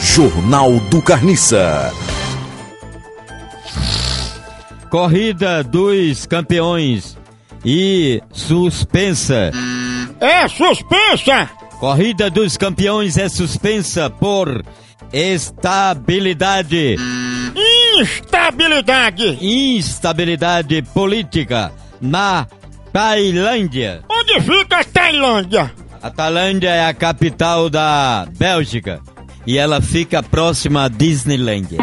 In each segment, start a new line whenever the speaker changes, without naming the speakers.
Jornal do Carniça.
Corrida dos campeões e suspensa.
É suspensa!
Corrida dos campeões é suspensa por estabilidade,
Instabilidade!
instabilidade política na Tailândia.
Onde fica a Tailândia?
A Tailândia é a capital da Bélgica e ela fica próxima à Disneyland.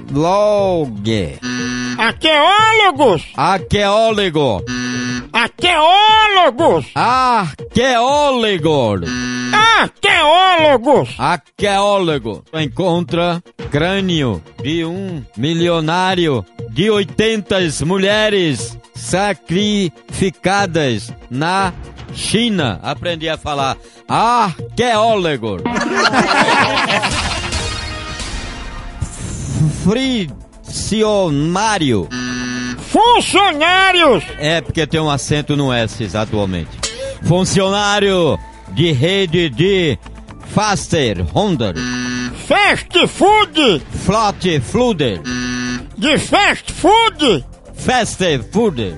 Arqueologue,
Arqueólogos!
arqueólogo,
Arqueólogos!
arqueólogo,
Arqueólogos!
arqueólogo encontra crânio de um milionário de 80 mulheres sacrificadas na China. Aprendi a falar arqueólogo. Fricionário.
Funcionários!
É porque tem um acento no S atualmente. Funcionário de rede de Faster, Honda,
Fast food!
Flot, Fluder,
De fast food!
Faster, Fooder,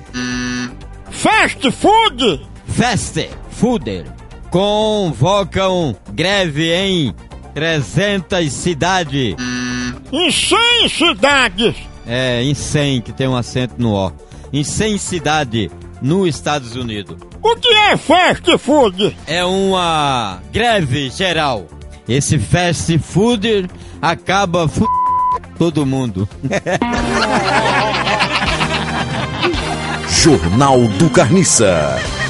Fast food!
Faster, Fooder. Convocam greve em 300 cidades.
Em 100 cidades!
É, em 100, que tem um acento no O. Em 100 cidades nos Estados Unidos.
O que é fast food?
é uma greve geral. Esse fast food acaba f... todo mundo.
Jornal do Carniça.